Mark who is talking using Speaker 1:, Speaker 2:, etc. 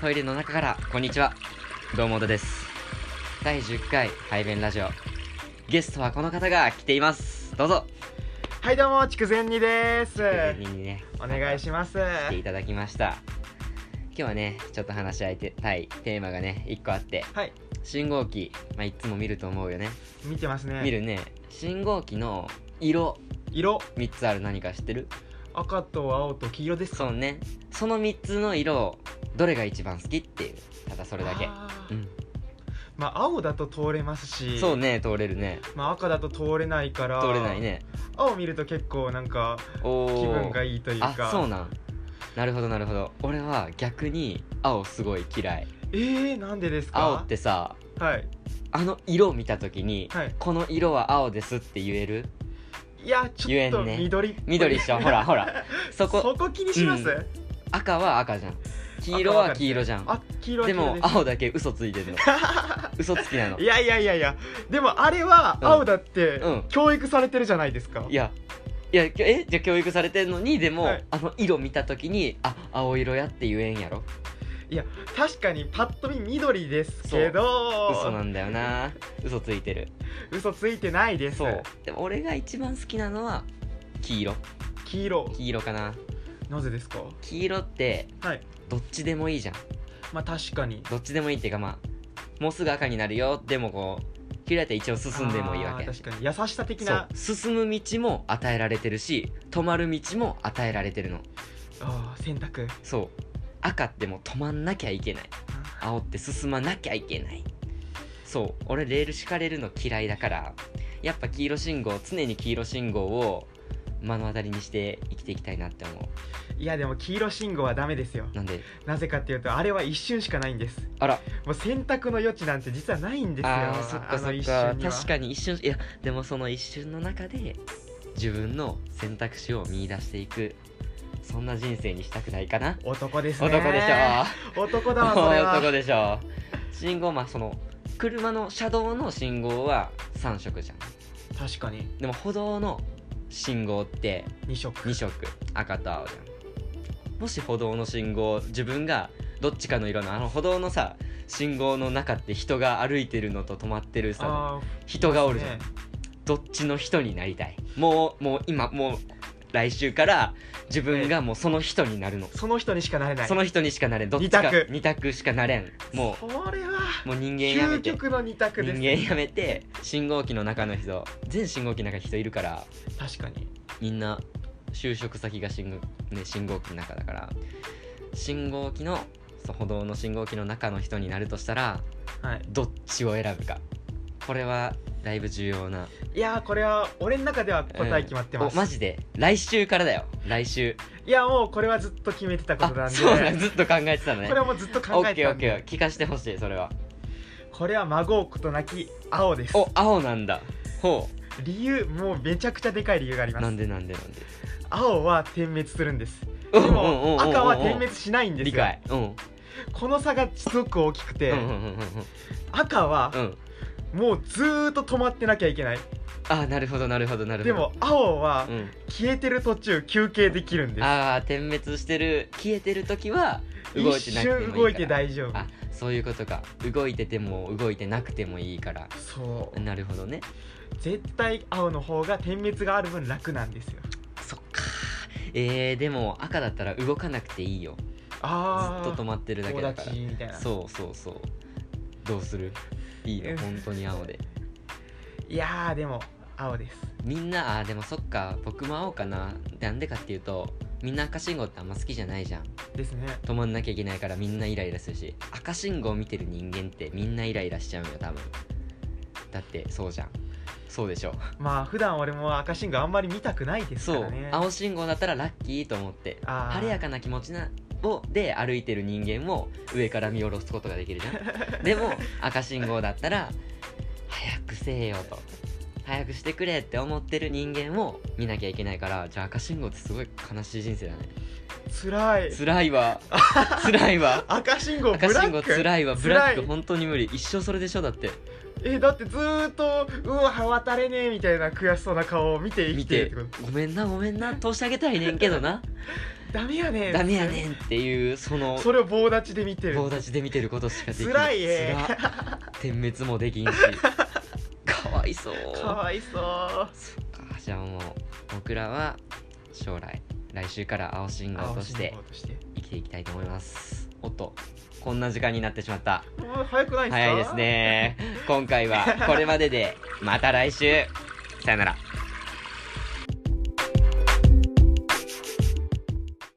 Speaker 1: トイレの中からこんにちはどうも小田です第10回排便ラジオゲストはこの方が来ていますどうぞ
Speaker 2: はいどうも筑前煮です
Speaker 1: 事前にね
Speaker 2: お願いします
Speaker 1: 来ていただきました今日はねちょっと話し合いたいテーマがね1個あって
Speaker 2: はい
Speaker 1: 信号機、まあ、いつも見ると思うよね
Speaker 2: 見てますね
Speaker 1: 見るね信号機の色
Speaker 2: 色
Speaker 1: 3つある何か知ってる
Speaker 2: 赤と青と黄色です
Speaker 1: そうねその3つの色どれが一番好きっていうただそ
Speaker 2: こ
Speaker 1: れだけうん
Speaker 2: まあ青だと通れますし
Speaker 1: そうね通れるね
Speaker 2: まあ赤だと通れないから
Speaker 1: 通れないね
Speaker 2: 青見ると結構なんか
Speaker 1: おー
Speaker 2: 気分がいいという
Speaker 1: あ
Speaker 2: か
Speaker 1: そうなんなるほどなるほど俺は逆に青すごい嫌い
Speaker 2: えー、なんでですか
Speaker 1: 青ってさ
Speaker 2: はい
Speaker 1: あの色を見た時に、
Speaker 2: はい
Speaker 1: この色は青ですって言える
Speaker 2: いやち
Speaker 1: 言え
Speaker 2: ょっと
Speaker 1: んね
Speaker 2: 緑っぽい
Speaker 1: 緑っしょほらほ らそこ
Speaker 2: そこ気にします、
Speaker 1: うん赤は赤じゃん黄色は黄色じゃん
Speaker 2: あ黄色は黄
Speaker 1: で
Speaker 2: 色
Speaker 1: も
Speaker 2: す
Speaker 1: 青だけ嘘ついてる の嘘つきなの
Speaker 2: いやいやいやいやでもあれは
Speaker 1: うん
Speaker 2: 青だって
Speaker 1: うん
Speaker 2: 教育されてるじゃないですか、
Speaker 1: いやいやきょえじゃあ教育されてんのにでも、
Speaker 2: はい
Speaker 1: あの色見た時にあ青色やって言えんやろ
Speaker 2: 確かにパッと見緑ですけ
Speaker 1: 嘘な
Speaker 2: ど
Speaker 1: んだよな嘘ついてる
Speaker 2: 嘘ついてないです
Speaker 1: そうでも俺が一番好きなのは黄色
Speaker 2: 黄色
Speaker 1: 黄色かな
Speaker 2: なぜですか
Speaker 1: 黄色って
Speaker 2: はい
Speaker 1: どっちでもいいじゃん
Speaker 2: まあ確かに
Speaker 1: どっちでもいいっていうかまあもうすぐ赤になるよでもこう切られたら一応進んでもいいわけ
Speaker 2: あー確かに優しさ的
Speaker 1: そう
Speaker 2: な
Speaker 1: 進む道も与えられてるし止まる道も与えられてるの
Speaker 2: あー選択
Speaker 1: そう赤ってもう止まんなきゃいけない青って進まなきゃいけないそう俺レール敷かれるの嫌いだからやっぱ黄色信号常に黄色信号を目の当たりにして生きていきたいなって思
Speaker 2: いやでも黄色信号はダメですよ
Speaker 1: うなんで
Speaker 2: なぜかっていうとあれは一瞬しかないんです
Speaker 1: あら
Speaker 2: もう選択の余地なんて実はないんですよ
Speaker 1: あーそっかそ
Speaker 2: の
Speaker 1: っ
Speaker 2: 一
Speaker 1: か
Speaker 2: 瞬には
Speaker 1: 確かに一瞬いやでもその一瞬の中で自分の選択肢を見出していくそんな人生にしたくないかな
Speaker 2: 男ですね
Speaker 1: 男でし
Speaker 2: ょ男
Speaker 1: ょ
Speaker 2: だわそれは
Speaker 1: 男でしょ信号まあその車の車道の信号は3色じゃん
Speaker 2: 確かに
Speaker 1: でも歩道の信号って
Speaker 2: 二色
Speaker 1: 2色赤と青じゃんもし歩道の信号自分がどっちかの色のあの歩道のさ信号の中って人が歩いてるのと止まってるさ
Speaker 2: あー
Speaker 1: 人がおるじゃん、
Speaker 2: ね
Speaker 1: どっちの人になりたいもうもう今もう来週から自分がもうその人になるの、
Speaker 2: その人にしかなれない
Speaker 1: その人にしかなれんどっちか
Speaker 2: 二択
Speaker 1: 二択しかなれんも
Speaker 2: それは
Speaker 1: うもう人間やめ
Speaker 2: 究
Speaker 1: て
Speaker 2: 極の二択
Speaker 1: 人
Speaker 2: です
Speaker 1: 間やめて信号機の中の人全信号機の中に人いるから
Speaker 2: 確かに
Speaker 1: みんな就職先が信号,、ね、信号機の中だから信号機のそう歩道の信号機の中の人になるとしたら
Speaker 2: はい
Speaker 1: どっちを選ぶかこれはだいぶ重要ない
Speaker 2: やーこれは俺の中では答え決まってます、
Speaker 1: おマジで来週からだよ来週
Speaker 2: いやもうこれはずっと決めてたことなん
Speaker 1: あ
Speaker 2: で
Speaker 1: そうなんずっと考えてたのね
Speaker 2: これはもうずっと考
Speaker 1: オッ
Speaker 2: えて
Speaker 1: ケー
Speaker 2: た
Speaker 1: オ
Speaker 2: ん
Speaker 1: ッ
Speaker 2: で
Speaker 1: ケー聞かしてほしいそれは
Speaker 2: これは孫うことなき青です
Speaker 1: お青なんだほ
Speaker 2: 理由もうめちゃくちゃでかい理由があり
Speaker 1: う
Speaker 2: ま
Speaker 1: な
Speaker 2: す
Speaker 1: んでなんでなんで
Speaker 2: 青は点滅するんです
Speaker 1: で
Speaker 2: でも赤は点滅しないんです
Speaker 1: 理
Speaker 2: よ
Speaker 1: 解うん
Speaker 2: この差がすごく大きくて、
Speaker 1: うんうんうん
Speaker 2: 赤は
Speaker 1: うんうん
Speaker 2: もうずーっと止まってなきゃいけない
Speaker 1: あなるほどなるほどなるほど
Speaker 2: でも青は
Speaker 1: うん
Speaker 2: 消えてる途中休憩できるんです
Speaker 1: ああ点滅してる消えてる時は動い
Speaker 2: 一
Speaker 1: てなくてもいいから
Speaker 2: 瞬動いて大丈夫
Speaker 1: あそういうことか動いてても動いてなくてもいいから
Speaker 2: そう
Speaker 1: なるほどね
Speaker 2: 絶対青の方が点滅がある分楽なんですよ
Speaker 1: そっかえー、でも赤だったら動かなくていいよず
Speaker 2: あー
Speaker 1: っと止まってるだけだか
Speaker 2: 友達みたい
Speaker 1: ら
Speaker 2: な
Speaker 1: そうそうそうどうするいいの
Speaker 2: うん
Speaker 1: 本当に青で
Speaker 2: いやーでも青です
Speaker 1: みんなあーでもそっか僕も青かななんでかっていうとみんな赤信号ってあんま好きじゃないじゃん
Speaker 2: ですね
Speaker 1: 止まんなきゃいけないからみんなイライラするし赤信号見てる人間ってみんなイライラしちゃうよ多分だってそうじゃんそうでしょ
Speaker 2: まあ普段俺も赤信号あんまり見たくないですか
Speaker 1: そう
Speaker 2: らね
Speaker 1: 青信号だったらラッキーと思って
Speaker 2: あー
Speaker 1: 晴れやかな気持ちなをで歩いてる人間を上から見下ろすことができるじゃん でも赤信号だったら早くせえよと早くしてくれって思ってる人間を見なきゃいけないからじゃあ赤信号ってすごい悲しい人生だね
Speaker 2: 辛い
Speaker 1: 辛い わ辛いわ
Speaker 2: 赤信号ブ
Speaker 1: 赤
Speaker 2: ラ
Speaker 1: 信
Speaker 2: ッ
Speaker 1: 号
Speaker 2: ク
Speaker 1: 辛いわブラッ
Speaker 2: 辛
Speaker 1: ク
Speaker 2: い
Speaker 1: 本当に無理一生それでしょだって
Speaker 2: えだってずーっとうわ渡れねえみたいな悔しそうな顔を見て生
Speaker 1: 見
Speaker 2: きてるっててこと
Speaker 1: 「ごめんなごめんな通してあげたいねんけど な
Speaker 2: ダメやねん
Speaker 1: ダメやねん」っていうその
Speaker 2: それを棒立ちで見てる
Speaker 1: 棒立ちで見てることしかできない
Speaker 2: 辛いね
Speaker 1: 辛点滅もで きんしかわいそう
Speaker 2: かわいそう
Speaker 1: そっかじゃあもう僕らは将来来週から青信号
Speaker 2: 青
Speaker 1: とし
Speaker 2: 信
Speaker 1: て
Speaker 2: 号として
Speaker 1: 生きていきたいと思いますおっとこんな時間になってしまった
Speaker 2: うわ早くないですか
Speaker 1: 早いですね今回はこれまででまた来週さよなら